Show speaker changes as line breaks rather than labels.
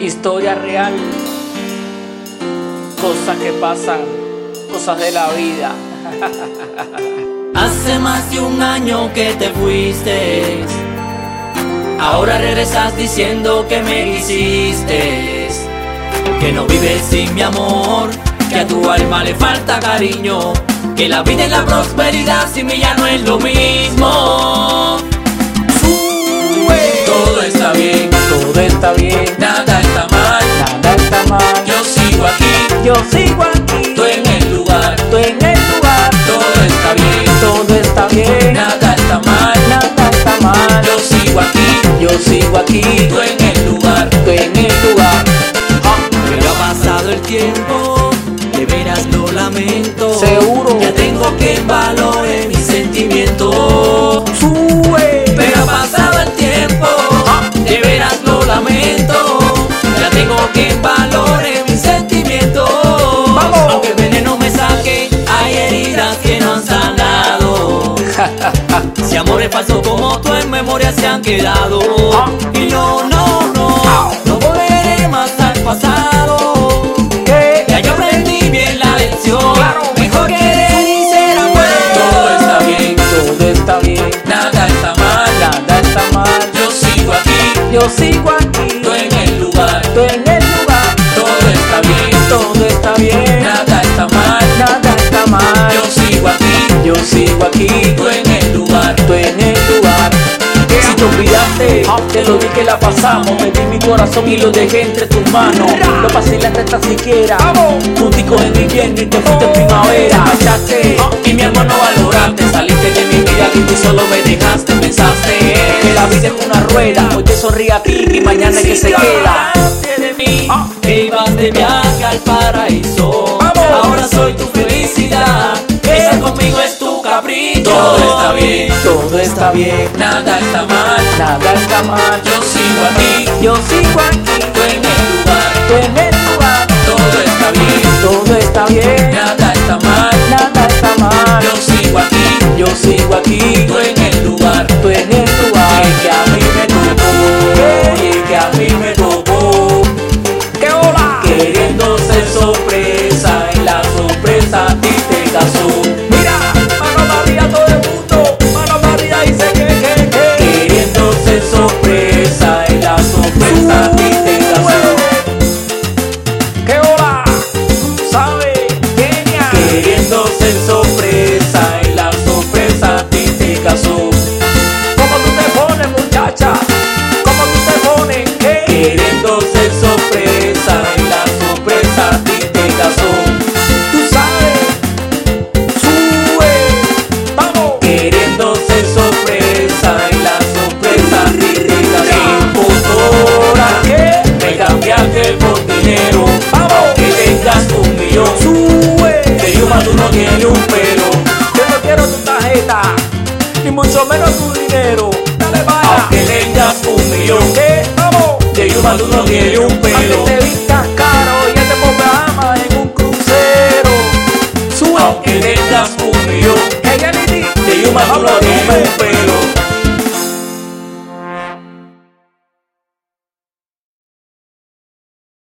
historia real, cosas que pasan, cosas de la vida.
Hace más de un año que te fuiste, ahora regresas diciendo que me quisiste, que no vives sin mi amor, que a tu alma le falta cariño, que la vida es la prosperidad sin mí ya no es lo mismo. Todo está bien,
Todo está bien,
nada está mal,
nada está mal.
yo sigo aquí,
Yo sigo aquí,
tú en el lugar,
tú en el lugar.
todo está bien,
Todo está bien,
nada está mal,
nada está mal.
yo sigo aquí,
Yo sigo aquí,
tú en el lugar.
tú en el lugar. Ah,
Pero ha pasado el tiempo, de veras lo lamento.
Seguro.
Ya tengo que valorar mis sentimientos.
Sube,
Pero ha pasado el tiempo, de veras lo lamento. Ya tengo que valorar mis sentimientos.
Vamos.
Aunque el veneno me saque, hay heridas que no han sanado. Si amores falsos como tú en memoria se han quedado
Ah.
Y no, no, no, no volveré más al pasado Ya yo aprendí bien la lección
Claro.
Mejor querer y ser amor Todo está bien,
todo está bien,
nada está mal
nada está mal.
Yo sigo aquí,
Yo sigo aquí,
tú en el lugar
tú en el lugar.
Todo está bien,
Todo está bien,
nada está mal
nada está mal.
Yo sigo aquí,
Yo sigo aquí,
tú en el lugar
tú en el lugar. Si te olvidaste, te lo dije que la pasamos. Me di mi corazón y lo dejé entre tus manos. No pasé la testa siquiera. Junticos en invierno y te fuiste en primavera.
Marchaste, y mi amor no valoraste Saliste de mi vida y tú solo me dejaste Pensaste
Que la vida es una rueda. Hoy te sonríe a ti y mañana es que se queda.
Hablaste de mí, que ibas de viaje al paraíso
Vamos.
Ahora soy tu felicidad Estar conmigo es tu capricho Todo está bien,
Todo está bien,
nada está mal
nada está mal.
Yo sigo aquí,
Yo sigo aquí,
tú en el lugar
tú en el lugar.
Todo está bien,
Todo está bien,
nada está mal
nada está mal.
Yo sigo aquí,
Yo sigo aquí,
tú en el lugar
tú en el lugar que a mí me tocó, y que a mí me tocó. ¡Qué hola!
Queriendo ser sorpresa y la sorpresa a ti te casó.
Mira, mano María todo el mundo, mano María dice que, que, que.
Queriendo ser sorpresa y la sorpresa a ti te casó.
¡Qué hola! ¿Sabe? ¡Genia!
Queriendo ser sorpresa y la sorpresa a ti te casó.
¿Cómo tú te pones, muchacha? ¿Cómo tú te pones? ¿Qué?
Queriendo ser sorpresa y la sorpresa a ti te casó.
¿Tú sabes? ¡Sube! ¡Vamos!
Queriendo ser sorpresa y la sorpresa a ti te casó. Impostora,
¿Qué?
me cambiaste por dinero.
Vamos.
Que tengas un millón.
¡Sube!
De Yuma tú no tienes un pelo
Yo no quiero tu tarjeta, ni mucho menos tu dinero. Dale vaya.
Ah, Aunque tengas un millón
¿Qué? Vamos.
De Yuma tú no tienes un
Aunque
pelo
te este
Ah,